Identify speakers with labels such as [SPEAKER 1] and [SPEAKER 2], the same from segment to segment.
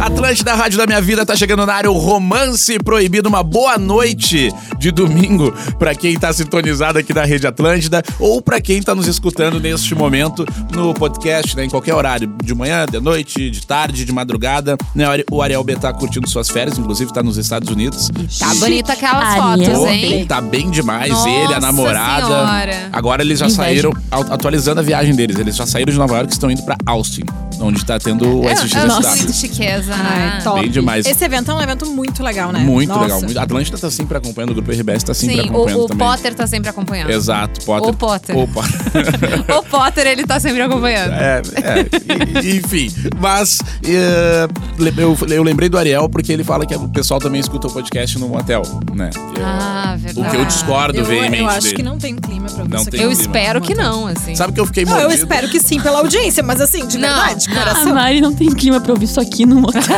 [SPEAKER 1] Atlântida, Rádio da Minha Vida, tá chegando na área o Romance Proibido. Uma boa noite de domingo pra quem tá sintonizado aqui na Rede Atlântida ou pra quem tá nos escutando neste momento no podcast, né? Em qualquer horário, de manhã, de noite, de tarde, de madrugada. Né? O Ariel B tá curtindo suas férias, inclusive tá nos Estados Unidos.
[SPEAKER 2] Tá bonita aquelas
[SPEAKER 3] Ariel.
[SPEAKER 2] fotos,
[SPEAKER 1] Ontem
[SPEAKER 2] hein?
[SPEAKER 1] tá bem demais,
[SPEAKER 2] Nossa
[SPEAKER 1] ele, a namorada.
[SPEAKER 2] Senhora.
[SPEAKER 1] Agora eles já
[SPEAKER 3] Inveja.
[SPEAKER 1] saíram, a- atualizando a viagem deles, eles já saíram de Nova York e estão indo pra Austin, onde tá tendo o
[SPEAKER 2] Eu, eu sou
[SPEAKER 1] SXSW.
[SPEAKER 2] muito chiqueza.
[SPEAKER 4] Ai, top.
[SPEAKER 1] Bem demais.
[SPEAKER 4] Esse evento é um evento muito legal, né?
[SPEAKER 1] Muito
[SPEAKER 4] Nossa.
[SPEAKER 1] legal. Muito. Atlântida tá sempre acompanhando, o grupo RBS tá sempre
[SPEAKER 2] Sim,
[SPEAKER 1] acompanhando
[SPEAKER 2] o, o
[SPEAKER 1] também.
[SPEAKER 2] Potter tá sempre acompanhando.
[SPEAKER 1] Exato, Potter.
[SPEAKER 2] O Potter.
[SPEAKER 1] O Potter.
[SPEAKER 2] O Potter, ele tá sempre acompanhando.
[SPEAKER 1] É, é, e- enfim, mas eh, le- eu, eu lembrei do Ariel porque ele fala que o pessoal também escuta o podcast no motel, né? Eu-
[SPEAKER 2] Ah,
[SPEAKER 1] o
[SPEAKER 2] verdade.
[SPEAKER 1] que eu discordo né?
[SPEAKER 4] Eu,
[SPEAKER 1] veemente
[SPEAKER 4] eu acho
[SPEAKER 1] dele.
[SPEAKER 4] que não tem clima pra
[SPEAKER 1] Não
[SPEAKER 4] você.
[SPEAKER 1] tem
[SPEAKER 2] Eu
[SPEAKER 1] clima.
[SPEAKER 2] espero que não, assim.
[SPEAKER 1] Sabe que eu fiquei
[SPEAKER 4] Não, eu
[SPEAKER 1] mordido?
[SPEAKER 4] espero que sim pela audiência, mas assim, de
[SPEAKER 2] Não,
[SPEAKER 4] verdade,
[SPEAKER 2] não.
[SPEAKER 4] de
[SPEAKER 3] A
[SPEAKER 4] coração.
[SPEAKER 3] Mari não tem clima pra ouvir isso aqui no motel.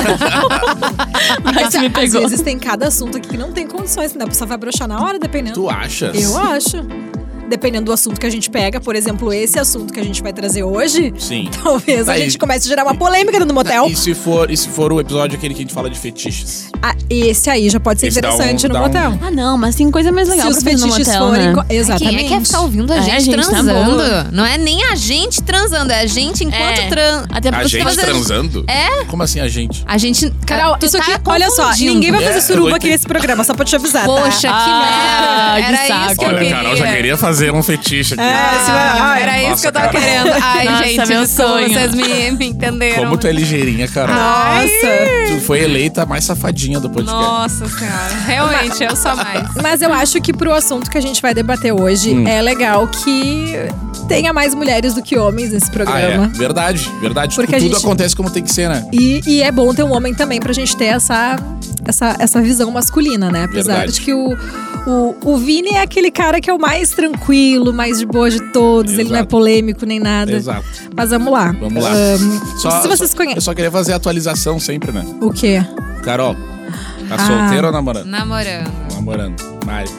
[SPEAKER 3] Mas me
[SPEAKER 4] Às
[SPEAKER 3] pegou.
[SPEAKER 4] vezes tem cada assunto aqui que não tem condições, né? A pessoa vai broxar na hora, dependendo.
[SPEAKER 1] Tu achas?
[SPEAKER 4] Eu acho. Dependendo do assunto que a gente pega, por exemplo, esse assunto que a gente vai trazer hoje,
[SPEAKER 1] Sim. Tá
[SPEAKER 4] talvez a
[SPEAKER 1] Aí-
[SPEAKER 4] gente comece a gerar uma polêmica dentro do motel.
[SPEAKER 1] E se for, e se for o episódio aquele que a gente fala de fetiches?
[SPEAKER 4] Ah, esse aí já pode ser
[SPEAKER 1] Esse dá um-
[SPEAKER 4] interessante no
[SPEAKER 1] dá um-
[SPEAKER 4] motel.
[SPEAKER 3] Ah, não, mas tem coisa mais legal
[SPEAKER 4] Se os
[SPEAKER 3] pra fazer no
[SPEAKER 4] fetiches
[SPEAKER 3] motel,
[SPEAKER 4] forem.
[SPEAKER 3] né?
[SPEAKER 4] co- Exatamente.
[SPEAKER 2] Quem é que é ficar ouvindo a
[SPEAKER 3] É,
[SPEAKER 2] gente,
[SPEAKER 3] gente, na
[SPEAKER 2] transando?
[SPEAKER 3] boa.
[SPEAKER 2] Não é nem a gente transando, é a gente enquanto
[SPEAKER 3] É.
[SPEAKER 2] trans.
[SPEAKER 3] Até
[SPEAKER 1] A
[SPEAKER 3] porque
[SPEAKER 1] gente
[SPEAKER 2] mas a gente-
[SPEAKER 1] transando? É? Como assim a gente?
[SPEAKER 2] A gente.
[SPEAKER 4] Carol,
[SPEAKER 2] tu
[SPEAKER 4] isso
[SPEAKER 2] tá
[SPEAKER 4] aqui, olha só,
[SPEAKER 2] confundindo.
[SPEAKER 4] ninguém vai
[SPEAKER 1] É, eu vou
[SPEAKER 4] fazer suruba aqui
[SPEAKER 1] entender.
[SPEAKER 4] nesse programa, só pra te avisar. tá?
[SPEAKER 2] Poxa,
[SPEAKER 3] Ah,
[SPEAKER 2] que merda.
[SPEAKER 3] que
[SPEAKER 2] Era isso que
[SPEAKER 3] saco.
[SPEAKER 2] eu
[SPEAKER 3] Olha,
[SPEAKER 2] queria.
[SPEAKER 1] fazer
[SPEAKER 2] Ah,
[SPEAKER 1] um fetiche aqui.
[SPEAKER 4] É, esse vai- ai.
[SPEAKER 2] Era isso
[SPEAKER 1] Nossa,
[SPEAKER 2] que eu tava
[SPEAKER 1] Carol.
[SPEAKER 2] querendo. Ai,
[SPEAKER 3] Nossa,
[SPEAKER 2] gente,
[SPEAKER 3] meu
[SPEAKER 2] desculpa,
[SPEAKER 3] sonho.
[SPEAKER 2] vocês me, me entenderam.
[SPEAKER 1] Como tu é ligeirinha, Carol.
[SPEAKER 4] Nossa.
[SPEAKER 1] Tu foi eleita a mais safadinha do podcast.
[SPEAKER 2] Nossa senhora. Realmente, eu sou a mais.
[SPEAKER 4] Mas eu acho que pro assunto que a gente vai debater hoje,
[SPEAKER 1] Hum.
[SPEAKER 4] é legal que tenha mais mulheres do que homens nesse
[SPEAKER 1] Ah, é.
[SPEAKER 4] programa.
[SPEAKER 1] Verdade, verdade.
[SPEAKER 4] Porque
[SPEAKER 1] Tipo,
[SPEAKER 4] a
[SPEAKER 1] tudo
[SPEAKER 4] gente-
[SPEAKER 1] acontece como tem que ser, né?
[SPEAKER 4] E, e é bom ter um homem também pra gente ter essa, essa, essa visão masculina, né? Apesar
[SPEAKER 1] Verdade.
[SPEAKER 4] de que o, o, o Vini é aquele cara que é o mais tranquilo, mais de boa de todos, ele não é
[SPEAKER 1] Exato.
[SPEAKER 4] polêmico nem nada.
[SPEAKER 1] Exato.
[SPEAKER 4] Mas vamos lá.
[SPEAKER 1] Vamos lá.
[SPEAKER 4] Ahn, se vocês conhecem.
[SPEAKER 1] Eu só queria fazer a atualização sempre, né?
[SPEAKER 4] O quê?
[SPEAKER 1] Carol, tá
[SPEAKER 4] Ah.
[SPEAKER 1] solteira ou namorando?
[SPEAKER 2] Namorando.
[SPEAKER 1] Namorando. Mari,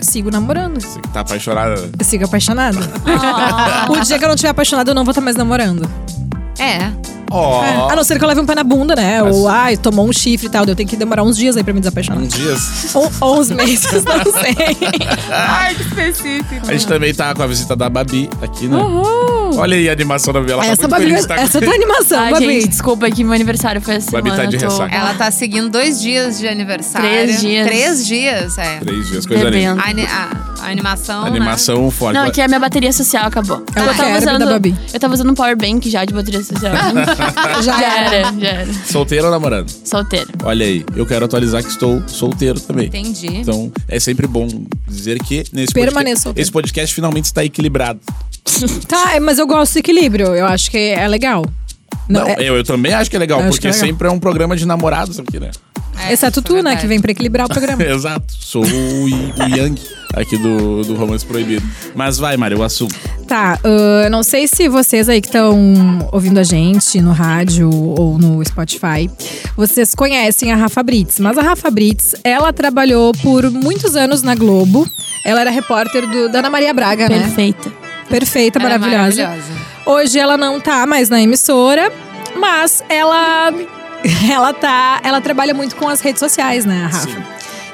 [SPEAKER 4] Sigo namorando.
[SPEAKER 1] você que tá apaixonada.
[SPEAKER 4] Eu sigo apaixonada. o dia que eu não estiver apaixonada, eu não vou estar mais namorando.
[SPEAKER 2] É.
[SPEAKER 1] Ó,
[SPEAKER 4] É, A não ser que eu leve um pé na bunda, né?
[SPEAKER 1] Ah. Mas-
[SPEAKER 4] Ou, ai, tomou um chifre e tal. daí Eu tenho que demorar uns dias aí pra me desapaixonar.
[SPEAKER 1] uns dias.
[SPEAKER 4] ou, ou uns meses, não sei.
[SPEAKER 2] Ai, que específico.
[SPEAKER 1] A gente também tá com a visita da Babi aqui, né? Olha aí a animação da Babi. Ela
[SPEAKER 4] essa
[SPEAKER 1] tá muito
[SPEAKER 4] babi,
[SPEAKER 1] feliz de estar com-
[SPEAKER 4] essa é tua animação,
[SPEAKER 3] Ai,
[SPEAKER 4] Babi.
[SPEAKER 3] Ah, gente, desculpa que meu aniversário foi essa
[SPEAKER 1] Babi tá
[SPEAKER 3] semana.
[SPEAKER 1] de
[SPEAKER 3] eu tô
[SPEAKER 1] ressaca.
[SPEAKER 2] Ela tá seguindo dois dias de aniversário.
[SPEAKER 3] Três dias.
[SPEAKER 2] Três dias, é.
[SPEAKER 1] Três dias, coisa linda.
[SPEAKER 3] bebendo.
[SPEAKER 2] A, ani- a- a animação. Né?
[SPEAKER 1] Animação forte.
[SPEAKER 3] Não, é que a minha bateria social acabou.
[SPEAKER 4] É o cérebro da Babi.
[SPEAKER 3] eu tava usando um power bank já de bateria social.
[SPEAKER 4] Já era.
[SPEAKER 3] já era.
[SPEAKER 1] Solteira ou namorando?
[SPEAKER 3] Solteiro.
[SPEAKER 1] Olha aí, eu quero atualizar que estou solteiro também.
[SPEAKER 2] Entendi.
[SPEAKER 1] Então, é sempre bom dizer que nesse
[SPEAKER 4] Permaneça
[SPEAKER 1] podcast,
[SPEAKER 4] solteiro.
[SPEAKER 1] esse podcast finalmente está equilibrado.
[SPEAKER 4] Tá, mas eu gosto do equilíbrio. Eu acho que é legal.
[SPEAKER 1] Não,
[SPEAKER 4] Não, é-
[SPEAKER 1] eu, eu também acho que é legal,
[SPEAKER 4] Eu acho
[SPEAKER 1] porque
[SPEAKER 4] que é legal.
[SPEAKER 1] sempre é um programa de namorados aqui, né?
[SPEAKER 2] É,
[SPEAKER 4] exceto
[SPEAKER 2] isso
[SPEAKER 4] tu,
[SPEAKER 2] é
[SPEAKER 4] né?
[SPEAKER 2] verdade.
[SPEAKER 4] Que vem pra equilibrar o programa.
[SPEAKER 1] Exato. Sou o, Yi- o Yang aqui do, do Romance Proibido. Mas vai, Mari, o assunto.
[SPEAKER 4] Tá, ahn, eu não sei se vocês aí que estão ouvindo a gente no rádio ou no Spotify, vocês conhecem a Rafa Brits. Mas a Rafa Brits, ela trabalhou por muitos anos na Globo. Ela era repórter do, da Ana Maria Braga, né?
[SPEAKER 3] Perfeita.
[SPEAKER 4] Perfeita,
[SPEAKER 2] Ela é
[SPEAKER 4] maravilhosa. Hoje ela não tá mais na emissora, mas ela ela tá, ela trabalha muito com as redes sociais, né, a Rafa?
[SPEAKER 1] Sim.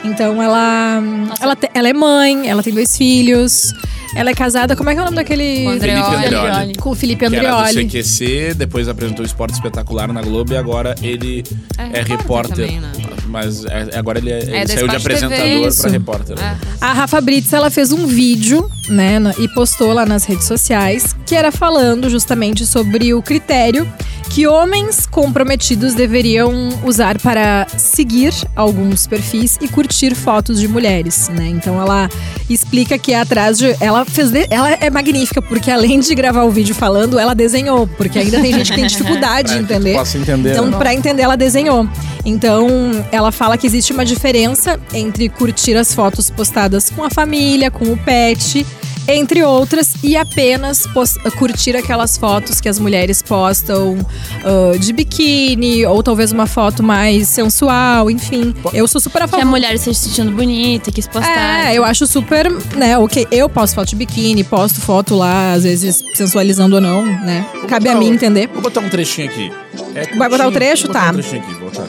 [SPEAKER 4] Então ela ela, te- ela é mãe, ela tem dois filhos. Ela é casada, como é que é o nome daquele
[SPEAKER 2] André-
[SPEAKER 1] Felipe
[SPEAKER 2] Andreoli.
[SPEAKER 1] Andreoli.
[SPEAKER 4] com o Felipe
[SPEAKER 1] Que era do
[SPEAKER 4] Andrioli?
[SPEAKER 1] CQC, depois apresentou um Esporte Espetacular na Globo e agora ele
[SPEAKER 2] É
[SPEAKER 1] é,
[SPEAKER 2] repórter
[SPEAKER 1] repórter.
[SPEAKER 2] também, né?
[SPEAKER 1] Mas é- agora ele, é- ele
[SPEAKER 2] da
[SPEAKER 1] saiu de
[SPEAKER 2] Sport TV,
[SPEAKER 1] apresentador
[SPEAKER 4] isso.
[SPEAKER 1] para repórter. né?
[SPEAKER 2] É.
[SPEAKER 4] A Rafa Brits, ela fez um vídeo, né, na- e postou lá nas redes sociais, que era falando justamente sobre o critério que homens comprometidos deveriam usar para seguir alguns perfis e curtir fotos de mulheres, né? Então ela explica que é atrás de, ela fez, de- ela é magnífica porque além de gravar o vídeo falando, ela desenhou, porque ainda tem gente que tem dificuldade É de
[SPEAKER 1] Pra que tu
[SPEAKER 4] entender.
[SPEAKER 1] É, possa entender.
[SPEAKER 4] Então,
[SPEAKER 1] né?
[SPEAKER 4] pra entender, ela desenhou. Então, ela fala que existe uma diferença entre curtir as fotos postadas com a família, com o pet entre outras, e apenas pos- curtir aquelas fotos que as mulheres postam ah, de biquíni, ou talvez uma foto mais sensual, enfim. Eu sou super a
[SPEAKER 3] Que
[SPEAKER 4] favor.
[SPEAKER 3] a mulher esteja se sentindo bonita, quis postar.
[SPEAKER 4] É, eu acho super, né, ok, eu posto foto de biquíni, posto foto lá, às vezes sensualizando ou não, né, cabe a
[SPEAKER 1] botar
[SPEAKER 4] mim
[SPEAKER 1] o-
[SPEAKER 4] entender.
[SPEAKER 1] Vou botar um trechinho aqui. É
[SPEAKER 4] Vai botar
[SPEAKER 1] curtinho,
[SPEAKER 4] o trecho?
[SPEAKER 1] vou botar
[SPEAKER 4] Tá.
[SPEAKER 1] Um trechinho aqui, vou botar.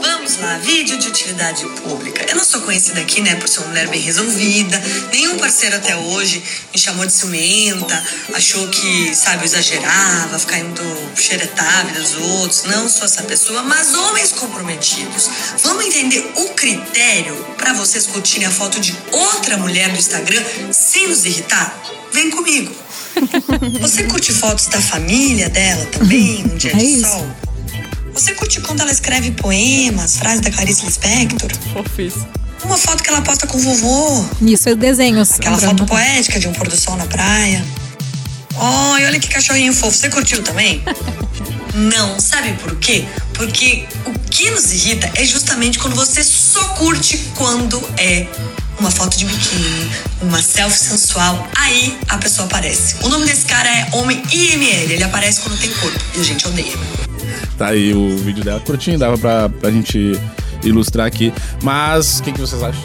[SPEAKER 5] Vamos lá, vídeo de utilidade pública. Eu não sou conhecida aqui, né, por ser uma mulher bem resolvida. Nenhum parceiro até hoje me chamou de ciumenta, achou que, sabe, eu exagerava, ficar indo xeretável dos outros. Não sou essa pessoa, mas homens comprometidos. Vamos entender o critério para vocês curtirem a foto de outra mulher no Instagram sem nos irritar? Vem comigo. Você curte fotos da família dela também, um dia
[SPEAKER 4] É
[SPEAKER 5] de
[SPEAKER 4] isso.
[SPEAKER 5] sol? Você curte quando ela escreve poemas, frases da Clarice Lispector? Uma foto que ela posta com o vovô,
[SPEAKER 4] Nisso eu desenho. assim,
[SPEAKER 5] aquela
[SPEAKER 4] pra-
[SPEAKER 5] foto poética de um pôr do sol na praia. Ai, olha que cachorrinho fofo, você curtiu também? Não, sabe por quê? Porque o que nos irrita é justamente quando você só curte quando é uma foto de biquíni, uma selfie sensual. Aí a pessoa aparece. O nome desse cara é Homem IML, ele aparece quando tem corpo e a gente odeia.
[SPEAKER 1] Tá aí o vídeo dela curtinho, dava pra, pra gente ilustrar aqui. Mas o que, que vocês acham?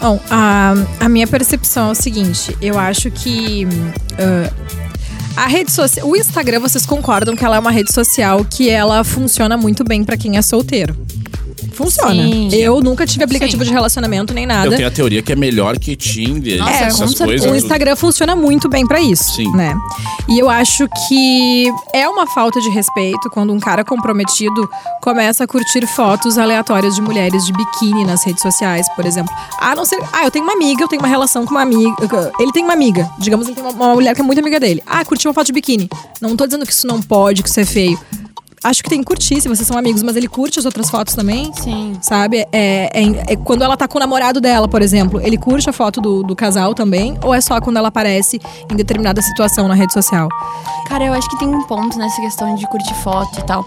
[SPEAKER 4] Bom, a, a minha percepção é o seguinte: eu acho que. hum, ah, a rede social. O Instagram, vocês concordam que ela é uma rede social que ela funciona muito bem pra quem é solteiro. Funciona.
[SPEAKER 3] Sim.
[SPEAKER 4] Eu nunca tive aplicativo de relacionamento nem nada.
[SPEAKER 1] Eu tenho a teoria que é melhor que Tinder,
[SPEAKER 3] Nossa,
[SPEAKER 1] essas
[SPEAKER 3] com certeza.
[SPEAKER 1] coisas.
[SPEAKER 4] O
[SPEAKER 1] tudo.
[SPEAKER 4] Instagram funciona muito bem pra isso,
[SPEAKER 1] Sim.
[SPEAKER 4] né? E eu acho que é uma falta de respeito quando um cara comprometido começa a curtir fotos aleatórias de mulheres de biquíni nas redes sociais, por exemplo. Ah, não sei, ah, eu tenho uma amiga, eu tenho uma relação com uma amiga, ele tem uma amiga, digamos, ele tem uma, uma mulher que é muito amiga dele. Ah, curtiu uma foto de biquíni. Não tô dizendo que isso não pode, que isso é feio. Acho que tem que curtir se vocês são amigos, mas ele curte as outras fotos também?
[SPEAKER 3] Sim.
[SPEAKER 4] Sabe? É, é- é quando ela tá com o namorado dela, por exemplo, ele curte a foto do, do casal também? Ou é só quando ela aparece em determinada situação na rede social?
[SPEAKER 3] Cara, eu acho que tem um ponto nessa questão de curtir foto e tal.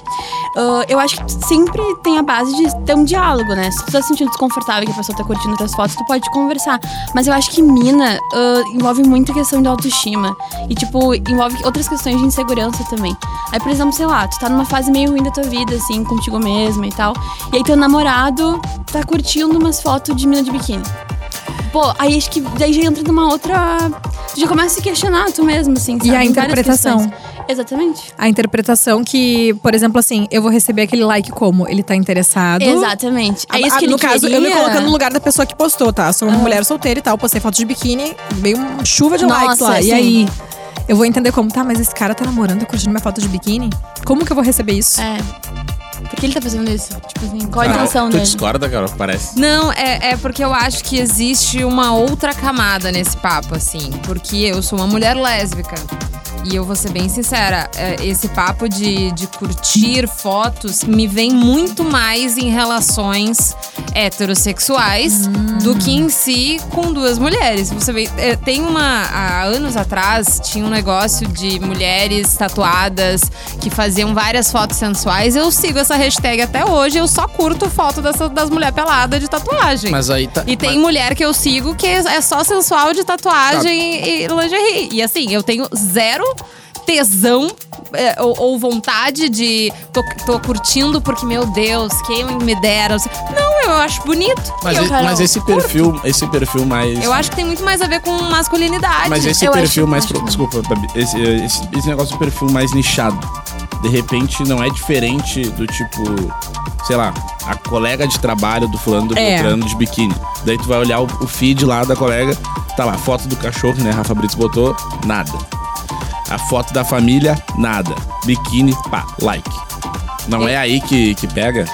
[SPEAKER 3] Ah, eu acho que sempre tem a base de ter um diálogo, né? Se tu tá se sentindo desconfortável que a pessoa tá curtindo outras fotos, tu pode conversar. Mas eu acho que mina ah, envolve muito a questão de autoestima. E, tipo, envolve outras questões de insegurança também. Aí, por exemplo, sei lá, tu tá numa fase meio ruim da tua vida, assim, contigo mesma e tal. E aí teu namorado tá curtindo umas fotos de mina de biquíni. Pô, aí acho que daí já entra numa outra. Tu já começa a se questionar tu mesmo, assim, sabe?
[SPEAKER 4] E a
[SPEAKER 3] Em várias
[SPEAKER 4] interpretação.
[SPEAKER 3] questões. Exatamente.
[SPEAKER 4] A interpretação que, por exemplo, assim, eu vou receber aquele like como? Ele tá interessado.
[SPEAKER 3] Exatamente. É isso
[SPEAKER 4] Ah,
[SPEAKER 3] que ele
[SPEAKER 4] no caso, eu me
[SPEAKER 3] queria.
[SPEAKER 4] colocando no lugar da pessoa que postou, tá? Sou uma mulher solteira e tal, postei foto de biquíni, veio uma chuva de likes
[SPEAKER 3] Nossa,
[SPEAKER 4] lá. E
[SPEAKER 3] sim.
[SPEAKER 4] aí? Eu vou entender como, tá, mas esse cara tá namorando e curtindo minha foto de biquíni? Como que eu vou receber isso?
[SPEAKER 3] É. Por que ele tá fazendo isso? Tipo assim, qual a
[SPEAKER 1] Carol,
[SPEAKER 3] intenção
[SPEAKER 1] Tá. Tu
[SPEAKER 4] né?
[SPEAKER 3] dele?
[SPEAKER 1] discorda, Carol? Parece.
[SPEAKER 2] Não, é, é porque eu acho que existe uma outra camada nesse papo, assim. Porque eu sou uma mulher lésbica. E eu vou ser bem sincera, é, esse papo de, de curtir fotos me vem muito mais em relações heterossexuais do que em si com duas mulheres. Você vê, é, tem uma. Há anos atrás tinha um negócio de mulheres tatuadas que faziam várias fotos sensuais. Eu sigo essa hashtag até hoje, eu só curto foto dessa, das mulheres peladas de tatuagem.
[SPEAKER 1] Mas aí tá.
[SPEAKER 2] E tem
[SPEAKER 1] mas-
[SPEAKER 2] mulher que eu sigo que é só sensual de
[SPEAKER 1] Tá.
[SPEAKER 2] tatuagem e lingerie. E assim, eu tenho zero tesão é, ou, ou vontade de. Tô, tô curtindo porque, meu Deus, quem me dera. Não, eu acho bonito.
[SPEAKER 1] Mas,
[SPEAKER 4] um
[SPEAKER 3] eu,
[SPEAKER 1] e-
[SPEAKER 3] Carol,
[SPEAKER 1] mas esse perfil, esse perfil mais.
[SPEAKER 2] Eu acho que tem muito mais a ver com masculinidade.
[SPEAKER 1] Mas esse
[SPEAKER 3] Eu
[SPEAKER 1] perfil
[SPEAKER 3] acho-
[SPEAKER 1] mais.
[SPEAKER 3] acho
[SPEAKER 1] pro-
[SPEAKER 3] que não.
[SPEAKER 1] Desculpa, Babi. Esse, esse, esse negócio do perfil mais nichado. De repente não é diferente do tipo, sei lá, a colega de trabalho do fulano do
[SPEAKER 4] É.
[SPEAKER 1] Beltrano de biquíni. Daí tu vai olhar o, o feed lá da colega, tá lá, foto do cachorro, né? Rafa Brito botou, nada. A foto da família, nada. Biquíni, pá, like. Não é aí que, que pega?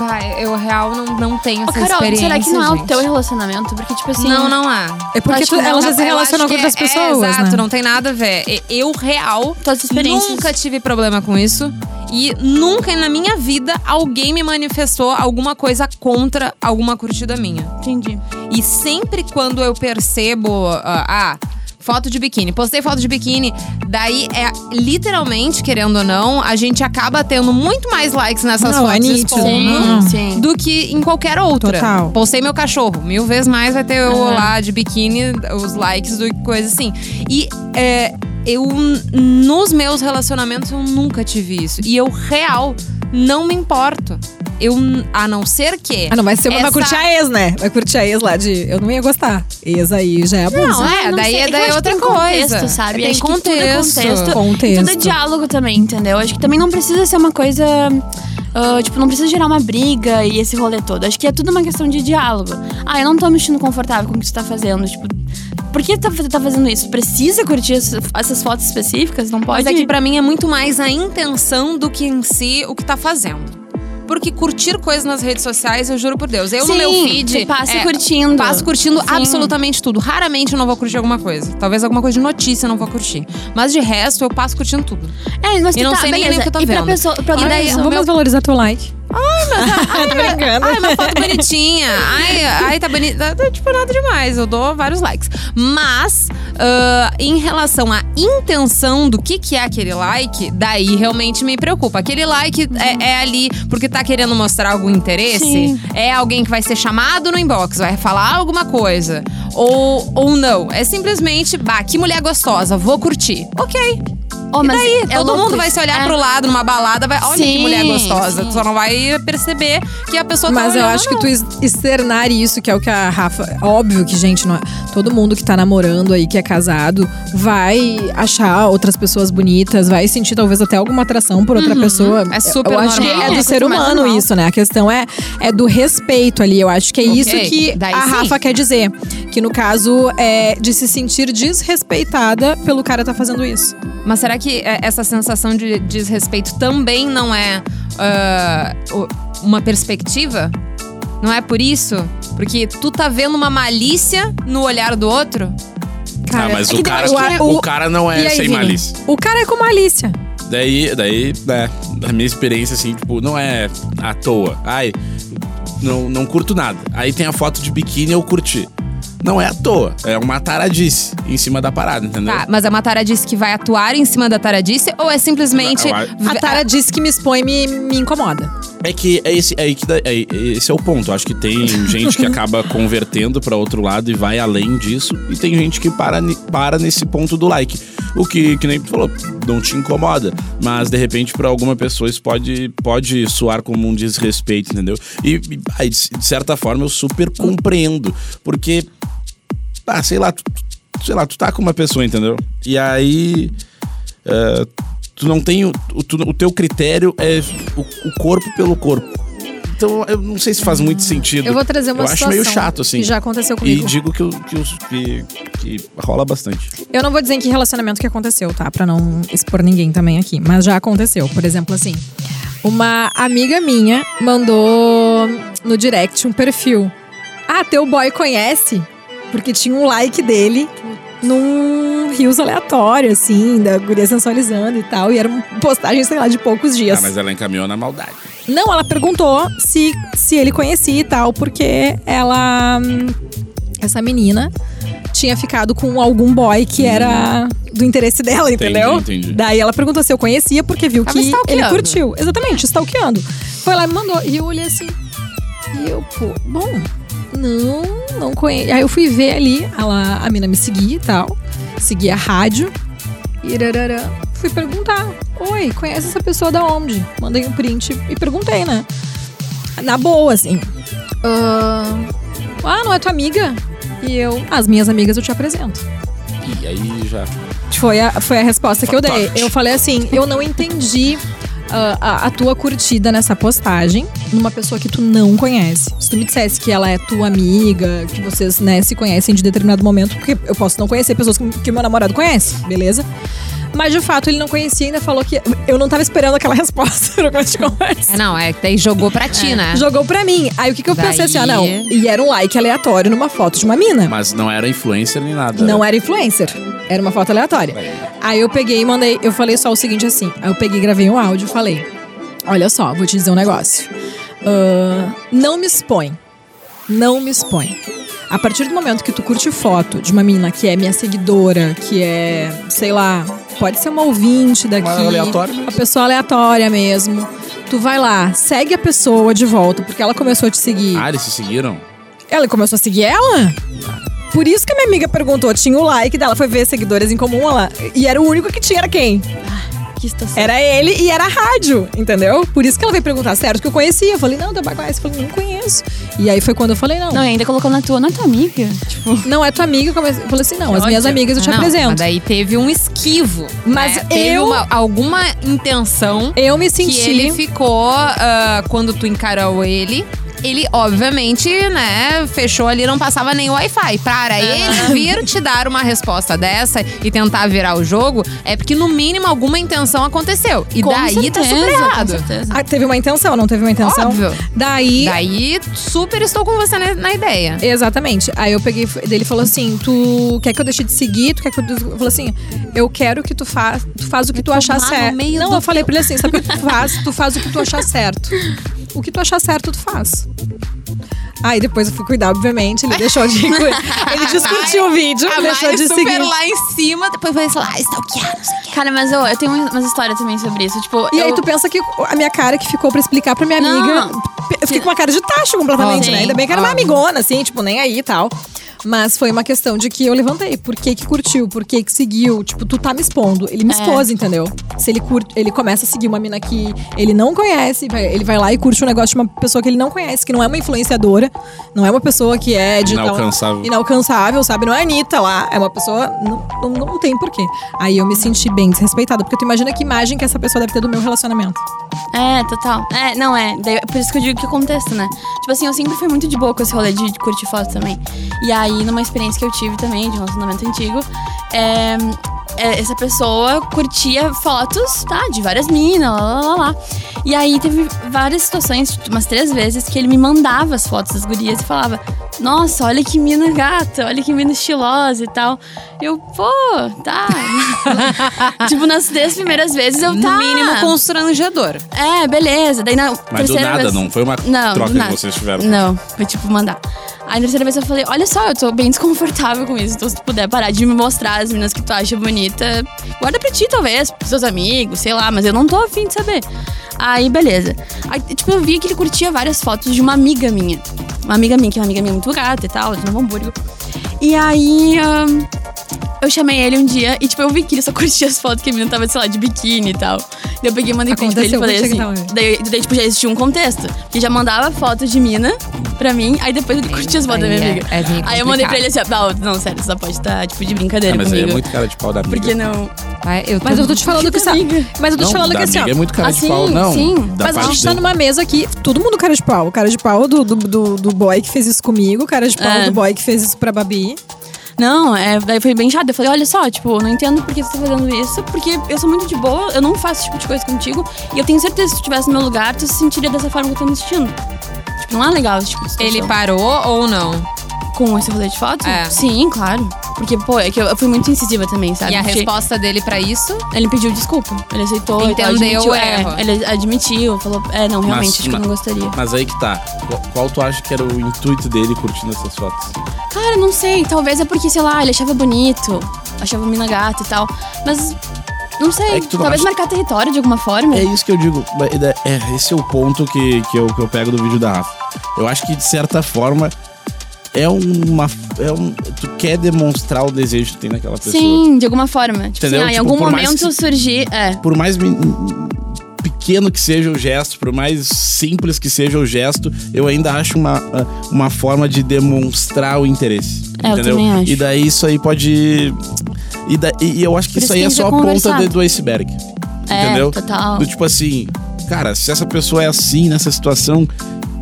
[SPEAKER 2] Bah, eu real não, não tenho
[SPEAKER 3] Ô,
[SPEAKER 2] essa
[SPEAKER 3] Carol,
[SPEAKER 2] experiência.
[SPEAKER 3] será que não é o
[SPEAKER 2] gente.
[SPEAKER 3] teu relacionamento? Porque, tipo assim.
[SPEAKER 2] Não, não é.
[SPEAKER 4] É porque
[SPEAKER 3] Acho
[SPEAKER 4] tu,
[SPEAKER 3] que não,
[SPEAKER 4] ela já
[SPEAKER 3] mas
[SPEAKER 4] se
[SPEAKER 2] Eu
[SPEAKER 4] relaciona
[SPEAKER 2] acho
[SPEAKER 4] com
[SPEAKER 2] que
[SPEAKER 4] outras
[SPEAKER 2] é-
[SPEAKER 4] pessoas,
[SPEAKER 2] É, exato,
[SPEAKER 4] né?
[SPEAKER 2] não tem nada a ver. E- Eu, real,
[SPEAKER 3] Tuas experiências.
[SPEAKER 2] nunca tive problema com isso. E nunca na minha vida alguém me manifestou alguma coisa contra alguma curtida minha.
[SPEAKER 3] Entendi.
[SPEAKER 2] E sempre quando eu percebo, ah, ah, Foto de biquíni. Postei foto de biquíni. Daí é literalmente, querendo ou não, a gente acaba tendo muito mais likes nessas
[SPEAKER 4] Não, é
[SPEAKER 2] fotos de
[SPEAKER 4] nítido.
[SPEAKER 2] expondo
[SPEAKER 4] Sim,
[SPEAKER 3] sim.
[SPEAKER 2] do que em qualquer outra.
[SPEAKER 4] Total.
[SPEAKER 2] Postei meu cachorro. Mil vezes mais vai ter eu
[SPEAKER 3] Aham.
[SPEAKER 2] lá de biquíni, os likes do que coisa assim. E é, eu, n- nos meus relacionamentos, eu nunca tive isso. E eu, real, não me importo. Eu, n- a não ser que.
[SPEAKER 4] Ah, não, mas você vai
[SPEAKER 2] essa-
[SPEAKER 4] curtir a ex, né? Vai curtir a ex lá de. Eu não ia gostar. Ex aí já é abuso.
[SPEAKER 2] Não, é,
[SPEAKER 3] não
[SPEAKER 2] daí,
[SPEAKER 3] sei.
[SPEAKER 2] é
[SPEAKER 3] que eu
[SPEAKER 2] daí é
[SPEAKER 3] acho que
[SPEAKER 2] outra
[SPEAKER 3] tem
[SPEAKER 2] coisa.
[SPEAKER 3] Contexto, sabe?
[SPEAKER 2] Tem
[SPEAKER 3] acho
[SPEAKER 2] contexto.
[SPEAKER 3] Que tudo é contexto.
[SPEAKER 4] Contexto.
[SPEAKER 3] E tudo é diálogo também, entendeu? Acho que também não precisa ser uma coisa. ah, tipo, não precisa gerar uma briga e esse rolê todo. Acho que é tudo uma questão de diálogo. Ah, eu não tô me sentindo confortável com o que você tá fazendo. Tipo, por que tá, tá fazendo isso? Precisa curtir essas, essas fotos específicas? Não pode.
[SPEAKER 2] Mas é que pra mim é muito mais a intenção do que em si o que tá fazendo. Porque curtir coisas nas redes sociais, eu juro por Deus. Eu no
[SPEAKER 3] Sim,
[SPEAKER 2] meu feed.
[SPEAKER 3] tu passa
[SPEAKER 2] é,
[SPEAKER 3] curtindo.
[SPEAKER 2] Passo curtindo
[SPEAKER 3] Sim.
[SPEAKER 2] absolutamente tudo. Raramente eu não vou curtir alguma coisa. Talvez alguma coisa de notícia eu não vou curtir. Mas de resto, eu passo curtindo tudo.
[SPEAKER 3] É, mas
[SPEAKER 2] E
[SPEAKER 3] tu
[SPEAKER 2] não
[SPEAKER 3] tá,
[SPEAKER 2] sei nem
[SPEAKER 3] beleza.
[SPEAKER 2] o que eu tô
[SPEAKER 3] e pra
[SPEAKER 2] vendo.
[SPEAKER 3] pessoa. Pra
[SPEAKER 2] E
[SPEAKER 3] outra
[SPEAKER 2] daí,
[SPEAKER 3] pessoa-
[SPEAKER 4] Vamos
[SPEAKER 2] meu-
[SPEAKER 4] valorizar teu like. Tá
[SPEAKER 2] Ai, meu- Ai, uma foto bonitinha. Ai, ai tá bonita. Tá, Tipo, nada demais. Eu dou vários likes. Mas, ah, em relação à intenção do que, que é aquele like, daí realmente me preocupa. Aquele like é, é ali porque tá querendo mostrar algum interesse?
[SPEAKER 3] Sim.
[SPEAKER 2] É alguém que vai ser chamado no inbox, vai falar alguma coisa. Ou, ou não. É simplesmente, bah, que mulher gostosa, vou curtir. Ok.
[SPEAKER 3] Ó,
[SPEAKER 2] E
[SPEAKER 3] mas
[SPEAKER 2] daí,
[SPEAKER 3] é
[SPEAKER 2] todo
[SPEAKER 3] louco
[SPEAKER 2] mundo vai
[SPEAKER 3] isso.
[SPEAKER 2] se olhar
[SPEAKER 3] É.
[SPEAKER 2] pro lado numa balada, vai. Olha que
[SPEAKER 3] Sim,
[SPEAKER 2] mulher gostosa.
[SPEAKER 3] sim.
[SPEAKER 2] Tu só não vai perceber que a pessoa tá
[SPEAKER 4] Mas eu
[SPEAKER 2] olhando,
[SPEAKER 4] acho que
[SPEAKER 2] não.
[SPEAKER 4] tu ex- externar isso, que é o que a Rafa. Óbvio que, gente, não é- todo mundo que tá namorando aí, que é casado, vai achar outras pessoas bonitas, vai sentir talvez até alguma atração por outra pessoa.
[SPEAKER 2] É super
[SPEAKER 4] Eu acho que
[SPEAKER 2] normal.
[SPEAKER 4] é
[SPEAKER 3] É
[SPEAKER 4] do
[SPEAKER 3] a
[SPEAKER 4] ser
[SPEAKER 3] coisa mais
[SPEAKER 4] humano
[SPEAKER 3] normal.
[SPEAKER 4] isso, né? A questão é, é do respeito ali. Eu acho que é isso que
[SPEAKER 2] daí
[SPEAKER 4] a
[SPEAKER 2] sim.
[SPEAKER 4] Rafa quer dizer. Que no caso é de se sentir desrespeitada pelo cara tá fazendo isso.
[SPEAKER 2] Mas será que é, essa sensação de desrespeito também não é ah, o- uma perspectiva? Não é por isso? Porque tu tá vendo uma malícia no olhar do outro?
[SPEAKER 1] Ah, mas
[SPEAKER 4] é
[SPEAKER 1] o
[SPEAKER 4] que daí
[SPEAKER 1] cara,
[SPEAKER 4] eu acho que
[SPEAKER 1] o cara não é
[SPEAKER 4] E aí,
[SPEAKER 1] sem
[SPEAKER 4] Vini?
[SPEAKER 1] malícia.
[SPEAKER 4] O cara é com malícia.
[SPEAKER 1] Daí, daí, né, a minha experiência, assim, tipo, não é à toa. Ai, não, não curto nada. Aí tem a foto de biquíni, eu curti. Não é à toa, é uma taradice em cima da parada, entendeu?
[SPEAKER 2] Tá, mas é uma taradice que vai atuar em cima da taradice? Ou é simplesmente.
[SPEAKER 1] Não, eu-
[SPEAKER 4] A Tara disse que me expõe e me, me incomoda.
[SPEAKER 1] É que é esse, é que da- é- esse é o ponto. Acho que tem gente que acaba convertendo pra outro lado e vai além disso, e tem gente que para, ni- para nesse ponto do like. O que, que nem tu falou, não te incomoda, mas de repente pra alguma pessoa isso pode, pode soar como um desrespeito, entendeu? E, e, aí, de de certa forma eu super compreendo, porque ah, sei lá, tu, tu- sei lá, tu tá com uma pessoa, entendeu? E aí é, tu não tem o, o, tu- o teu critério é o, o corpo pelo corpo. Então eu não sei se faz muito sentido.
[SPEAKER 4] Ah, Eu vou trazer uma
[SPEAKER 1] Eu acho meio
[SPEAKER 4] situação
[SPEAKER 1] chato assim.
[SPEAKER 4] que já aconteceu
[SPEAKER 1] E
[SPEAKER 4] comigo.
[SPEAKER 1] digo que, eu- que, os- que, que rola bastante.
[SPEAKER 4] Eu não vou dizer em que relacionamento que aconteceu, tá? Pra não expor ninguém também aqui. Mas já aconteceu. Por exemplo, assim. Uma amiga minha mandou no direct um perfil. Ah, teu boy conhece? Porque tinha um like dele num rios aleatório, assim, da guria sensualizando e tal. E era uma postagem, sei lá, de poucos dias.
[SPEAKER 1] Ah, mas ela encaminhou na maldade.
[SPEAKER 4] Não, ela perguntou se, se ele conhecia e tal, porque ela. hum, Essa menina tinha ficado com algum boy que era do interesse dela,
[SPEAKER 1] Entendi,
[SPEAKER 4] entendeu?
[SPEAKER 1] entendi.
[SPEAKER 4] Daí ela perguntou se eu conhecia, porque viu
[SPEAKER 2] Tava
[SPEAKER 4] que ele
[SPEAKER 2] stalkeando.
[SPEAKER 4] curtiu. Exatamente, stalkeando. Foi lá e me mandou. E eu olhei assim. E eu, pô, bom, não, não conheço. Aí eu fui ver ali, ela, a mina me seguia e tal. Seguia a rádio. Irararã. Fui perguntar. Oi, conhece essa pessoa da onde? Mandei um print e perguntei, né? Na boa, assim. "Ah, ah, não é tua amiga? E eu, as minhas amigas eu te apresento.
[SPEAKER 1] E aí já.
[SPEAKER 4] Foi a, foi a resposta que eu dei.
[SPEAKER 1] Fantástico.
[SPEAKER 4] Eu falei assim: eu não entendi ah, a, a tua curtida nessa postagem numa pessoa que tu não conhece. Se tu me dissesse que ela é tua amiga, que vocês né, se conhecem de determinado momento, porque eu posso não conhecer pessoas que, que meu namorado conhece, beleza? Mas de fato ele não conhecia e ainda falou que eu não tava esperando aquela resposta no de conversa.
[SPEAKER 2] É, não, é que daí jogou pra ti, né?
[SPEAKER 4] Jogou pra mim. Aí o que, que eu pensei assim, ah, não.
[SPEAKER 2] Daí-
[SPEAKER 4] E era um like aleatório numa foto de uma mina.
[SPEAKER 1] Mas não era influencer nem nada. né?
[SPEAKER 4] Não é era influencer. Era uma foto aleatória. Aí eu peguei e mandei. Eu falei só o seguinte assim. Aí eu peguei, gravei um áudio e falei: Olha só, vou te dizer um negócio. Ahn, não me expõe. Não me expõe. A partir do momento que tu curte foto de uma menina que é minha seguidora, que é, sei lá, pode ser uma ouvinte daqui.
[SPEAKER 1] Uma aleatória mesmo.
[SPEAKER 4] Uma pessoa aleatória mesmo. Tu vai lá, segue a pessoa de volta, porque ela começou a te seguir.
[SPEAKER 1] Ah, eles se seguiram?
[SPEAKER 4] Ela começou a seguir ela? Por isso que a minha amiga perguntou, tinha o like dela, foi ver seguidores em comum, ela. E era o único que tinha, era quem?
[SPEAKER 2] assim.
[SPEAKER 3] Que estação.
[SPEAKER 4] Era ele e era a rádio, entendeu? Por isso que ela veio perguntar, certo, que eu conhecia. Eu falei, não, Deba Guys. Eu falei, não conheço. E aí foi quando eu falei, não.
[SPEAKER 3] Não, e ainda colocou na tua, não é tua amiga? Tipo,
[SPEAKER 4] não é tua amiga. Eu comecei- eu falei assim, não, as
[SPEAKER 2] Ódio.
[SPEAKER 4] minhas amigas eu te
[SPEAKER 2] Não, Mas
[SPEAKER 4] apresento.
[SPEAKER 2] daí teve um esquivo.
[SPEAKER 4] Mas
[SPEAKER 2] né? Teve
[SPEAKER 4] eu-
[SPEAKER 2] uma- alguma intenção
[SPEAKER 4] Eu me
[SPEAKER 2] que ele
[SPEAKER 4] senti.
[SPEAKER 2] ficou ah, quando tu encarou ele. Ele, obviamente, né, fechou ali, não passava nem Wi-Fi. Para ele vir te dar uma resposta dessa e tentar virar o jogo, é porque, no mínimo, alguma intenção aconteceu. E
[SPEAKER 3] com
[SPEAKER 2] daí tá
[SPEAKER 3] certeza,
[SPEAKER 2] super
[SPEAKER 3] Com
[SPEAKER 2] errado.
[SPEAKER 3] certeza.
[SPEAKER 4] Ah, teve uma intenção, não teve uma intenção?
[SPEAKER 2] Óbvio.
[SPEAKER 4] Daí.
[SPEAKER 2] Daí, super estou com você na, na ideia.
[SPEAKER 4] Exatamente. Aí eu peguei, ele falou assim: "Tu quer que eu deixe de seguir? Tu quer que eu des-" eu falou assim: "Eu quero que tu faça, tu faz o que tu achar
[SPEAKER 3] É tomar no
[SPEAKER 4] certo".
[SPEAKER 3] meio
[SPEAKER 4] Não,
[SPEAKER 3] do
[SPEAKER 4] eu falei pra ele assim: "Sabe o que tu faz? Tu faz o que tu achar certo. O que tu achar certo, tu faz". Aí depois eu fui cuidar, obviamente, ele deixou de ele descurtiu o vídeo,
[SPEAKER 2] A
[SPEAKER 4] deixou
[SPEAKER 2] Mari
[SPEAKER 4] de
[SPEAKER 2] super
[SPEAKER 4] seguir.
[SPEAKER 2] lá em cima, depois vai falar, ah, stalkear, não sei o quê.
[SPEAKER 3] Cara, mas eu, eu tenho umas histórias também sobre isso. Tipo,
[SPEAKER 4] E aí
[SPEAKER 3] eu-
[SPEAKER 4] tu pensa que a minha cara que ficou pra explicar pra minha
[SPEAKER 3] Não.
[SPEAKER 4] amiga. Eu fiquei com uma cara de tacho completamente,
[SPEAKER 3] Sim.
[SPEAKER 4] né? Ainda bem que era uma
[SPEAKER 2] Óbvio.
[SPEAKER 4] amigona, assim, tipo, nem aí e tal. Mas foi uma questão de que eu levantei. Por que que curtiu? Por que que seguiu? Tipo, tu tá me expondo. Ele me expôs, entendeu? Se ele curte, ele começa a seguir uma mina que ele não conhece, vai- ele vai lá e curte um negócio de uma pessoa que ele não conhece, que não é uma influenciadora, não é uma pessoa que é de tal-
[SPEAKER 1] Inalcançável.
[SPEAKER 4] inalcançável, sabe? Não é a Anitta lá, é uma pessoa. Não, não, não tem porquê. Aí eu me senti bem desrespeitada, porque tu imagina que imagem que essa pessoa deve ter do meu relacionamento.
[SPEAKER 3] É, total. É, não, é. Daí, por isso que eu digo que contexto, né? Tipo assim, eu sempre fui muito de boa com esse rolê de, de curtir foto também. E aí, numa experiência que eu tive também, de um relacionamento antigo, é, é, essa pessoa curtia fotos, tá? De várias minas, lá, lá, lá, lá. E aí, teve várias situações, tipo, umas três vezes, que ele me mandava as fotos das gurias e falava: Nossa, olha que mina gata, olha que mina estilosa e tal. Eu, pô, tá. tipo, nas três primeiras vezes eu
[SPEAKER 2] No
[SPEAKER 3] tá.
[SPEAKER 2] mínimo constrangedor.
[SPEAKER 3] É, beleza. Daí na
[SPEAKER 1] Mas do
[SPEAKER 3] terceira
[SPEAKER 1] nada,
[SPEAKER 3] vez...
[SPEAKER 1] não foi uma
[SPEAKER 3] Não,
[SPEAKER 1] troca
[SPEAKER 3] do
[SPEAKER 1] que
[SPEAKER 3] nada.
[SPEAKER 1] vocês tiveram.
[SPEAKER 3] Não, foi tipo mandar. Aí na terceira vez eu falei, olha só, eu tô bem desconfortável com isso. Então se tu puder parar de me mostrar as meninas que tu acha bonita, guarda pra ti talvez, pros seus amigos, sei lá. Mas eu não tô afim de saber. Aí, beleza. Aí, tipo, eu vi que ele curtia várias fotos de uma amiga minha. Uma amiga minha, que é uma amiga minha muito gata e tal, de Novo Hamburgo. E aí... ahn, eu chamei ele um dia e, tipo, eu vi que ele só curtia as fotos que a menina tava, sei lá, de biquíni e tal. Daí eu peguei e mandei print pra ele e falei
[SPEAKER 4] Aconteceu
[SPEAKER 3] assim.
[SPEAKER 4] contigo também.
[SPEAKER 3] Daí, daí, tipo, já existia um contexto. Que já mandava foto de mina pra mim, aí depois ele curtia as fotos da minha
[SPEAKER 2] Aí é-
[SPEAKER 3] amiga.
[SPEAKER 2] é meio
[SPEAKER 3] aí eu mandei pra ele assim, ó, "Bau, não, sério, você só pode estar, tipo, de brincadeira
[SPEAKER 1] Ah, mas aí
[SPEAKER 3] comigo.
[SPEAKER 1] é muito cara de pau da amiga.
[SPEAKER 3] Porque não.
[SPEAKER 2] Vai, eu tô-
[SPEAKER 4] Mas eu tô te falando que assim, ó, Mas eu tô
[SPEAKER 1] Não,
[SPEAKER 4] te falando
[SPEAKER 1] da
[SPEAKER 4] que assim, ó.
[SPEAKER 1] amiga é muito cara de
[SPEAKER 3] assim,
[SPEAKER 1] pau, não.
[SPEAKER 3] sim.
[SPEAKER 1] Da
[SPEAKER 4] Mas a
[SPEAKER 1] parte
[SPEAKER 4] gente tá
[SPEAKER 1] dele.
[SPEAKER 4] numa mesa aqui, todo mundo cara de pau. Cara de pau do, do, do, do boy que fez isso comigo, cara de pau
[SPEAKER 3] É.
[SPEAKER 4] do boy que fez isso pra Babi.
[SPEAKER 3] Não, é, daí foi bem chato. Eu falei, olha só, tipo, eu não entendo por que você tá fazendo isso, porque eu sou muito de boa, eu não faço esse tipo de coisa contigo. E eu tenho certeza que se tu estivesse no meu lugar, tu se sentiria dessa forma que eu tô me sentindo. Tipo, não é legal esse tipo de situação.
[SPEAKER 2] Ele parou ou não?
[SPEAKER 3] Com esse rolê de foto?
[SPEAKER 2] É.
[SPEAKER 3] Sim, claro. Porque, pô, é que eu, eu fui muito incisiva também, sabe?
[SPEAKER 2] E a
[SPEAKER 3] Porque
[SPEAKER 2] resposta dele pra isso?
[SPEAKER 3] Ele pediu desculpa. Ele aceitou. ele
[SPEAKER 2] Entendeu
[SPEAKER 3] admitiu,
[SPEAKER 2] o
[SPEAKER 3] é,
[SPEAKER 2] erro.
[SPEAKER 3] Ele admitiu, falou, é, não, realmente,
[SPEAKER 1] Mas-
[SPEAKER 3] acho que eu não gostaria.
[SPEAKER 1] Mas aí que tá. Qual, qual tu acha que era o intuito dele curtindo essas fotos?
[SPEAKER 3] Cara, não sei. Talvez é porque, sei lá, ele achava bonito. Achava mina gata e tal. Mas, não sei.
[SPEAKER 1] É que tu não
[SPEAKER 3] talvez
[SPEAKER 1] acha-
[SPEAKER 3] marcar território de alguma forma.
[SPEAKER 1] É isso que eu digo. É, esse é o ponto que, que, eu, que eu pego do vídeo da Rafa. Eu acho que, de certa forma, é uma. É um, tu quer demonstrar o desejo que tu tem naquela pessoa.
[SPEAKER 3] Sim, de alguma forma. Tipo, assim,
[SPEAKER 1] Entendeu?
[SPEAKER 3] ah, em
[SPEAKER 1] Tipo,
[SPEAKER 3] algum
[SPEAKER 1] por mais
[SPEAKER 3] momento
[SPEAKER 1] que-
[SPEAKER 3] surgir. É.
[SPEAKER 1] Por mais mi- pequeno que seja o gesto, por mais simples que seja o gesto, eu ainda acho uma, ah, uma forma de demonstrar o interesse.
[SPEAKER 3] É, eu
[SPEAKER 1] entendeu?
[SPEAKER 3] também acho.
[SPEAKER 1] E daí isso aí pode. E, da- e- e eu acho que
[SPEAKER 3] Por
[SPEAKER 1] isso
[SPEAKER 3] isso
[SPEAKER 1] aí
[SPEAKER 3] tem
[SPEAKER 1] é
[SPEAKER 3] que
[SPEAKER 1] só a
[SPEAKER 3] conversar.
[SPEAKER 1] ponta de- do iceberg.
[SPEAKER 3] É,
[SPEAKER 1] entendeu?
[SPEAKER 3] total.
[SPEAKER 1] Do tipo assim, cara, se essa pessoa é assim nessa situação,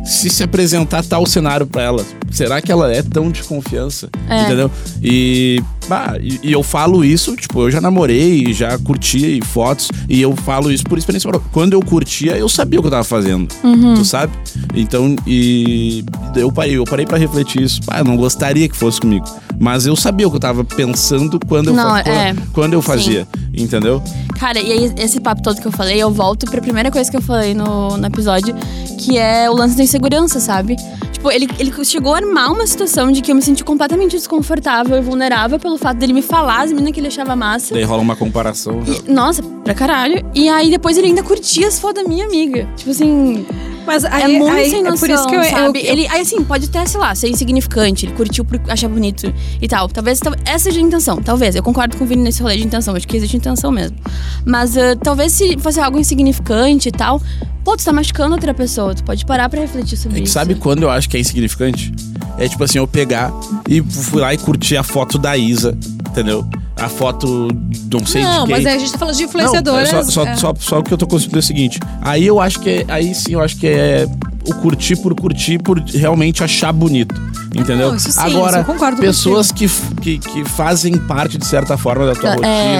[SPEAKER 1] se se apresentar tal cenário pra ela, será que ela é tão de confiança?
[SPEAKER 3] É.
[SPEAKER 1] Entendeu? E, bah, e, e eu falo isso, tipo, eu já namorei, já curti fotos, e eu falo isso por experiência. própria. Quando eu curtia, eu sabia o que eu tava fazendo,
[SPEAKER 3] Uhum.
[SPEAKER 1] tu sabe? Então, e eu parei, eu parei pra refletir isso. Ah, eu não gostaria que fosse comigo, mas eu sabia o que eu tava pensando quando eu,
[SPEAKER 3] Não,
[SPEAKER 1] fa- quando,
[SPEAKER 3] é.
[SPEAKER 1] quando eu fazia, entendeu?
[SPEAKER 3] Cara, e aí esse papo todo que eu falei, eu volto pra primeira coisa que eu falei no, no episódio, que é o lance da insegurança, sabe? Tipo, Tipo, ele, ele chegou a armar uma situação de que eu me senti completamente desconfortável e vulnerável pelo fato dele me falar as meninas que ele achava massa.
[SPEAKER 1] Daí rola uma comparação. né?
[SPEAKER 3] E- nossa, pra caralho. E aí depois ele ainda curtia as fotos da minha amiga. Tipo assim,
[SPEAKER 4] Mas aí,
[SPEAKER 3] é muito
[SPEAKER 4] aí-
[SPEAKER 3] sem noção,
[SPEAKER 4] é por isso que eu, eu-
[SPEAKER 3] sabe? Ele, aí assim, pode até, sei lá, ser insignificante. Ele curtiu por achar bonito e tal. Talvez, tal- essa seja a intenção. Talvez. Eu concordo com o Vini nesse rolê de intenção. Acho que existe intenção mesmo. Mas ah, talvez se fosse algo insignificante e tal... Pô, tu tá machucando outra pessoa. Tu pode parar pra refletir sobre
[SPEAKER 1] É que
[SPEAKER 3] isso.
[SPEAKER 1] sabe quando eu acho que é insignificante? É tipo assim, eu pegar e fui lá e curtir a foto da Isa, entendeu? A foto, não sei de
[SPEAKER 4] não,
[SPEAKER 1] quem.
[SPEAKER 4] mas aí a gente tá falando de
[SPEAKER 1] Não,
[SPEAKER 4] influenciadoras.
[SPEAKER 1] só, só,
[SPEAKER 4] é.
[SPEAKER 1] só, só o que eu tô conseguindo é o seguinte. Aí eu acho que é, Aí sim, eu acho que é o curtir por curtir, por realmente achar bonito. Entendeu?
[SPEAKER 4] Não, isso sim,
[SPEAKER 1] Agora,
[SPEAKER 4] isso eu concordo
[SPEAKER 1] pessoas que, f- que, que fazem parte, de certa forma, da tua
[SPEAKER 3] É.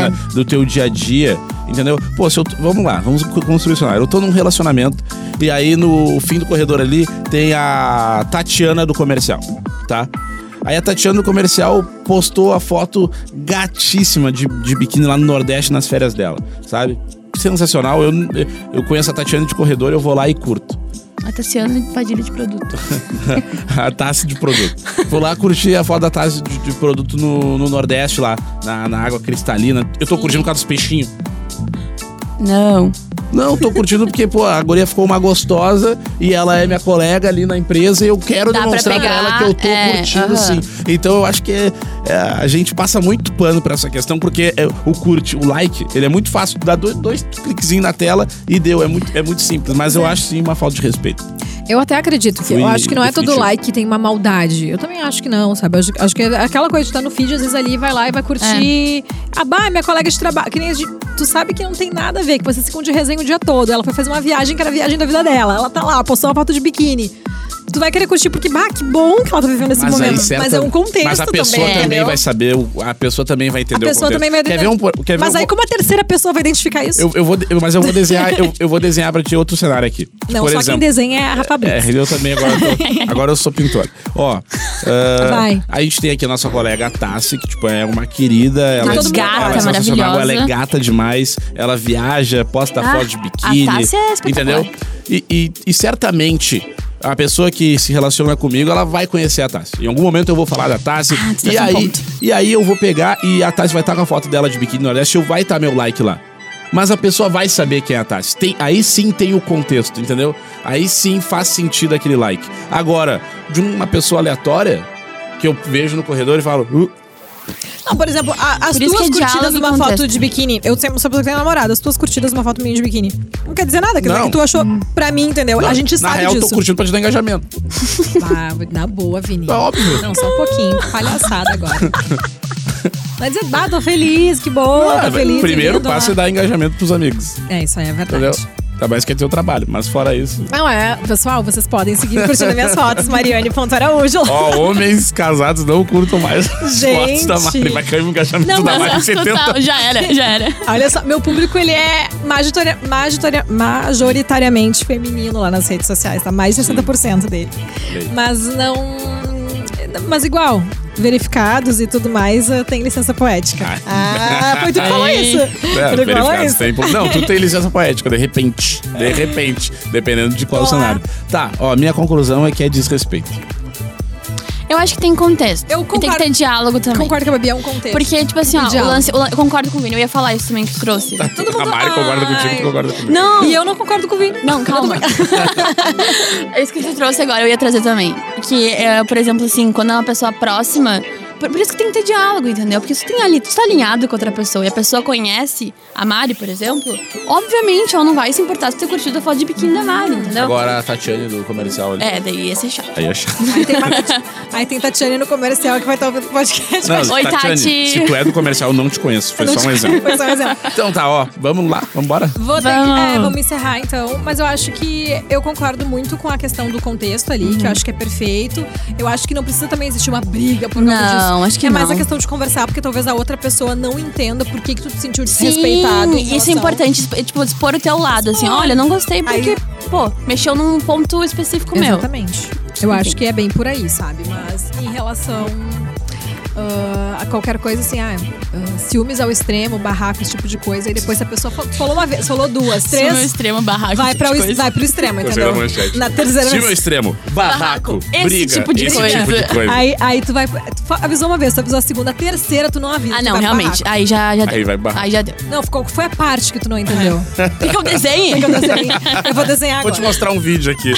[SPEAKER 1] rotina, do teu dia a dia, entendeu? Pô, se eu. t- Vamos lá, vamos co- construir isso. Eu tô num relacionamento e aí no fim do corredor ali tem a Tatiana do comercial, tá? Aí a Tatiana do comercial postou a foto gatíssima de, de biquíni lá no Nordeste nas férias dela, sabe? Sensacional. Eu, eu conheço a Tatiana de corredor, eu vou lá e curto
[SPEAKER 3] A Tassiana de Padilha de produto.
[SPEAKER 1] a taça de produto. Vou lá curtir a foto da taça de, de produto no, no Nordeste, lá, na, na água cristalina. Eu tô curtindo por causa dos peixinhos.
[SPEAKER 3] Não.
[SPEAKER 1] Não, tô curtindo porque, pô, a guria ficou uma gostosa e ela é minha colega ali na empresa e eu quero
[SPEAKER 3] Dá pra
[SPEAKER 1] demonstrar pra,
[SPEAKER 3] pegar,
[SPEAKER 1] ela que eu tô
[SPEAKER 3] é,
[SPEAKER 1] curtindo,
[SPEAKER 3] aham.
[SPEAKER 1] sim. Então eu acho que é, é, a gente passa muito pano pra essa questão, porque é, o curte, o like, ele é muito fácil. Dá dois, dois cliquezinhos na tela e deu. É muito, é muito simples, mas eu acho sim uma falta de respeito.
[SPEAKER 4] Eu até acredito que
[SPEAKER 1] Fui
[SPEAKER 4] eu acho que não é todo
[SPEAKER 1] definitivo.
[SPEAKER 4] like que tem uma maldade. Eu também acho que não, sabe? Eu acho, acho que é aquela coisa de tá no feed, às vezes ali vai lá e vai curtir. Ah, bah, minha colega de trabalho. Que nem a gente- tu sabe que não tem nada a ver, que vocês ficam de resenha o dia todo. Ela foi fazer uma viagem que era a viagem da vida dela. Ela tá lá, postou uma foto de biquíni. Tu vai querer curtir porque, bah, que bom que ela tá vivendo esse momento.
[SPEAKER 1] certa-
[SPEAKER 4] mas é um contexto
[SPEAKER 1] Mas a pessoa também,
[SPEAKER 4] entendeu?
[SPEAKER 1] vai saber, o- a pessoa também vai
[SPEAKER 4] A
[SPEAKER 1] entender
[SPEAKER 4] pessoa
[SPEAKER 1] o contexto.
[SPEAKER 4] também vai
[SPEAKER 1] Quer ver um, por- quer ver
[SPEAKER 4] Mas
[SPEAKER 1] um
[SPEAKER 4] aí,
[SPEAKER 1] por-
[SPEAKER 4] como a terceira pessoa vai identificar isso?
[SPEAKER 1] eu, eu vou, eu- mas eu vou desenhar, eu, eu vou desenhar pra ti outro cenário aqui.
[SPEAKER 4] não,
[SPEAKER 1] por
[SPEAKER 4] só
[SPEAKER 1] exemplo,
[SPEAKER 4] quem desenha é a Rafa Brito.
[SPEAKER 1] é, eu também agora, tô- agora eu sou pintor. Ó, ah,
[SPEAKER 4] Vai.
[SPEAKER 1] a gente tem aqui a nossa colega Tassi, que tipo, é uma querida. Ela
[SPEAKER 3] Todo mundo
[SPEAKER 1] ela
[SPEAKER 3] ama. Gata,
[SPEAKER 1] sensacional, Ela
[SPEAKER 3] maravilhosa.
[SPEAKER 1] é gata demais, ela viaja, posta
[SPEAKER 3] Ah,
[SPEAKER 1] foto de
[SPEAKER 3] a
[SPEAKER 1] biquíni.
[SPEAKER 4] tá,
[SPEAKER 3] Tassi é espetacular.
[SPEAKER 1] entendeu? E, e- e certamente. A pessoa que se relaciona comigo, ela vai conhecer a Tassi. Em algum momento eu vou falar da Tassi.
[SPEAKER 3] Ah, tu tá
[SPEAKER 1] e,
[SPEAKER 3] com
[SPEAKER 1] aí,
[SPEAKER 3] ponto.
[SPEAKER 1] e aí eu vou pegar e a Tassi vai estar com a foto dela de biquíni nordeste, eu vai estar meu like lá. Mas a pessoa vai saber quem é a Tassi. Tem, aí sim tem o contexto, entendeu? Aí sim faz sentido aquele like. Agora, de uma pessoa aleatória, que eu vejo no corredor e falo, "Uh,
[SPEAKER 4] Não, por exemplo, a- as
[SPEAKER 3] Por isso
[SPEAKER 4] tuas
[SPEAKER 3] que é
[SPEAKER 4] curtidas
[SPEAKER 3] diálogo e
[SPEAKER 4] numa
[SPEAKER 3] contexto.
[SPEAKER 4] foto de biquíni. Eu sempre sou uma pessoa que tem namorado, as tuas curtidas numa foto minha de biquíni. Não quer dizer nada, quer dizer
[SPEAKER 1] Não. Hum.
[SPEAKER 4] que tu achou pra mim, entendeu? a gente
[SPEAKER 1] na
[SPEAKER 4] sabe
[SPEAKER 1] real eu tô
[SPEAKER 4] disso.
[SPEAKER 1] curtindo pra te dar engajamento.
[SPEAKER 4] Ah, na boa, Vini.
[SPEAKER 1] É óbvio.
[SPEAKER 4] Não, só um pouquinho. Palhaçada agora. Vai dizer, bah, tô feliz, que boa,
[SPEAKER 1] Ah,
[SPEAKER 4] tô feliz.
[SPEAKER 1] primeiro
[SPEAKER 4] lindo,
[SPEAKER 1] passo é
[SPEAKER 4] ah.
[SPEAKER 1] dar engajamento pros amigos,
[SPEAKER 4] É, isso aí é verdade.
[SPEAKER 1] entendeu? Ainda mais que é teu trabalho, mas fora isso.
[SPEAKER 4] Não é, pessoal, vocês podem seguir curtindo minhas fotos, Mariane.araújo.
[SPEAKER 1] Ó, homens casados não curtam mais as fotos da
[SPEAKER 4] Gente.
[SPEAKER 1] Mari. Vai cair o engajamento da Mari em 70
[SPEAKER 3] já era, já era.
[SPEAKER 4] Olha só, meu público ele é majoritaria- majoritaria- majoritariamente feminino lá nas redes sociais, tá? Mais de 60% dele.
[SPEAKER 1] Bem.
[SPEAKER 4] Mas não. Mas igual, verificados e tudo mais, eh, tem licença poética. Ah, foi tu que falou isso.
[SPEAKER 1] É,
[SPEAKER 4] Foi tu que falou
[SPEAKER 1] verificado
[SPEAKER 4] isso. É.
[SPEAKER 1] tem po- Não, tu tem licença poética, de repente. De repente. Dependendo de qual
[SPEAKER 4] Olá.
[SPEAKER 1] cenário. Tá, ó, minha conclusão é que é desrespeito.
[SPEAKER 3] Eu acho que tem contexto.
[SPEAKER 4] Eu
[SPEAKER 3] E tem
[SPEAKER 4] concordo.
[SPEAKER 3] que ter diálogo também.
[SPEAKER 4] Concordo que a Babi é um contexto.
[SPEAKER 3] Porque, tipo assim, ó, o
[SPEAKER 4] Diálogo.
[SPEAKER 3] lance, o lan- eu concordo com o Vini, eu ia falar isso também que tu trouxe.
[SPEAKER 4] Todo mundo-
[SPEAKER 1] Tá, a Mari
[SPEAKER 3] "Ah,
[SPEAKER 1] concorda contigo,
[SPEAKER 4] Ai.
[SPEAKER 1] tu concorda comigo.
[SPEAKER 3] Não,
[SPEAKER 4] E eu não concordo com o Vini.
[SPEAKER 3] não, calma. é isso que tu trouxe agora, eu ia trazer também. Que, é, por exemplo, assim, quando é uma pessoa próxima. Por, por isso que tem que ter diálogo, entendeu? Porque se tu tem ali, tu tá alinhado com outra pessoa e a pessoa conhece a Mari, por exemplo, obviamente ela não vai se importar se tu ter curtido a foto de biquíni da Mari, entendeu?
[SPEAKER 1] Agora a Tatiane do comercial ali.
[SPEAKER 3] É, daí ia ser chato.
[SPEAKER 1] Aí é chato.
[SPEAKER 4] Aí tem, Tati- aí tem Tatiane no comercial que vai estar ouvindo o podcast.
[SPEAKER 1] Não,
[SPEAKER 3] Oi,
[SPEAKER 1] Tatiane,
[SPEAKER 3] Tati.
[SPEAKER 1] se tu é do comercial, eu não te conheço. Foi só um exemplo.
[SPEAKER 4] Foi só um exemplo.
[SPEAKER 1] Então tá, ó, vamos lá, vambora.
[SPEAKER 4] Vou ter que,
[SPEAKER 3] Vamos.
[SPEAKER 4] é, vamos encerrar então, mas eu acho que eu concordo muito com a questão do contexto ali,
[SPEAKER 3] Uhum.
[SPEAKER 4] que eu acho que é perfeito. Eu acho que não precisa também existir uma briga por causa disso.
[SPEAKER 3] Não, acho que
[SPEAKER 4] é mais
[SPEAKER 3] não.
[SPEAKER 4] a questão de conversar, porque talvez a outra pessoa não entenda por que, que tu te sentiu desrespeitado. em
[SPEAKER 3] Sim, isso é
[SPEAKER 4] relação.
[SPEAKER 3] importante, exp- tipo, expor o teu lado, assim, olha, não gostei porque,
[SPEAKER 4] Aí-
[SPEAKER 3] pô, mexeu num ponto específico meu.
[SPEAKER 4] Exatamente. Eu acho que é bem por aí, sabe? Mas em relação ah, qualquer coisa assim, ah, ah, ciúmes ao extremo, barraco, esse tipo de coisa. E depois se a pessoa fa- falou uma vez, falou duas,
[SPEAKER 3] é
[SPEAKER 6] Se meu
[SPEAKER 4] três,
[SPEAKER 6] extremo barraco.
[SPEAKER 4] vai, pra
[SPEAKER 6] tipo de
[SPEAKER 4] o, ex-
[SPEAKER 6] coisa.
[SPEAKER 4] vai pro extremo,
[SPEAKER 1] Terceira
[SPEAKER 4] entendeu?
[SPEAKER 1] manchete.
[SPEAKER 4] Na terceira
[SPEAKER 1] Se meu extremo, barraco,
[SPEAKER 6] Esse
[SPEAKER 1] briga,
[SPEAKER 6] tipo de
[SPEAKER 1] esse
[SPEAKER 6] coisa.
[SPEAKER 1] tipo de coisa.
[SPEAKER 4] Aí, aí tu vai. Tu fa- avisou uma vez, tu avisou a segunda, a terceira, tu não avisa.
[SPEAKER 6] Ah,
[SPEAKER 4] tu
[SPEAKER 6] não,
[SPEAKER 4] vai pro
[SPEAKER 6] realmente.
[SPEAKER 4] barraco.
[SPEAKER 6] Aí já, já deu.
[SPEAKER 1] Aí vai barraco.
[SPEAKER 6] Aí já deu.
[SPEAKER 4] Não, ficou, foi a parte que tu não entendeu.
[SPEAKER 6] Quer que eu desenhe?
[SPEAKER 4] Eu, desenhei. Eu vou desenhar
[SPEAKER 1] Vou
[SPEAKER 4] agora.
[SPEAKER 1] te mostrar um vídeo aqui.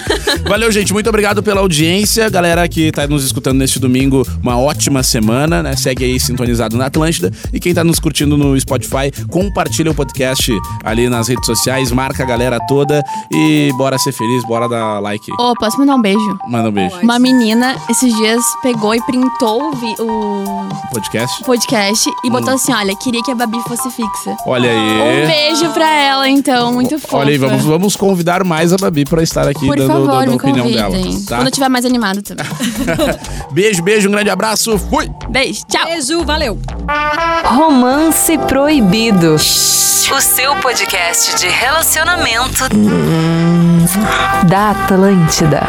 [SPEAKER 1] Valeu, gente. Muito obrigado pela audiência. Galera que tá nos escutando neste domingo, uma ótima semana, né? Segue aí sintonizado na Atlântida. E quem tá nos curtindo no Spotify, compartilha o podcast ali nas redes sociais, marca a galera toda e bora ser feliz, bora dar like.
[SPEAKER 3] Ô, posso mandar um beijo?
[SPEAKER 1] Manda um beijo.
[SPEAKER 3] Uma menina esses dias pegou e printou o, vi- o
[SPEAKER 1] Podcast.
[SPEAKER 3] podcast
[SPEAKER 1] Hum.
[SPEAKER 3] e botou assim: olha, queria que a Babi fosse fixa.
[SPEAKER 1] Olha
[SPEAKER 3] Um
[SPEAKER 1] aí.
[SPEAKER 3] beijo pra ela, então, muito fofa.
[SPEAKER 1] É. Olha aí, vamos, vamos convidar mais a Babi pra estar aqui
[SPEAKER 3] Por
[SPEAKER 1] dando,
[SPEAKER 3] favor,
[SPEAKER 1] dando a
[SPEAKER 3] me
[SPEAKER 1] opinião
[SPEAKER 3] convidem.
[SPEAKER 1] dela.
[SPEAKER 3] Quando
[SPEAKER 1] Tá?
[SPEAKER 3] eu tiver mais animado também.
[SPEAKER 1] Beijo, beijo, um grande abraço. Fui!
[SPEAKER 3] Beijo, tchau.
[SPEAKER 4] Beijo, valeu.
[SPEAKER 7] Romance Proibido. O seu podcast de relacionamento da Atlântida.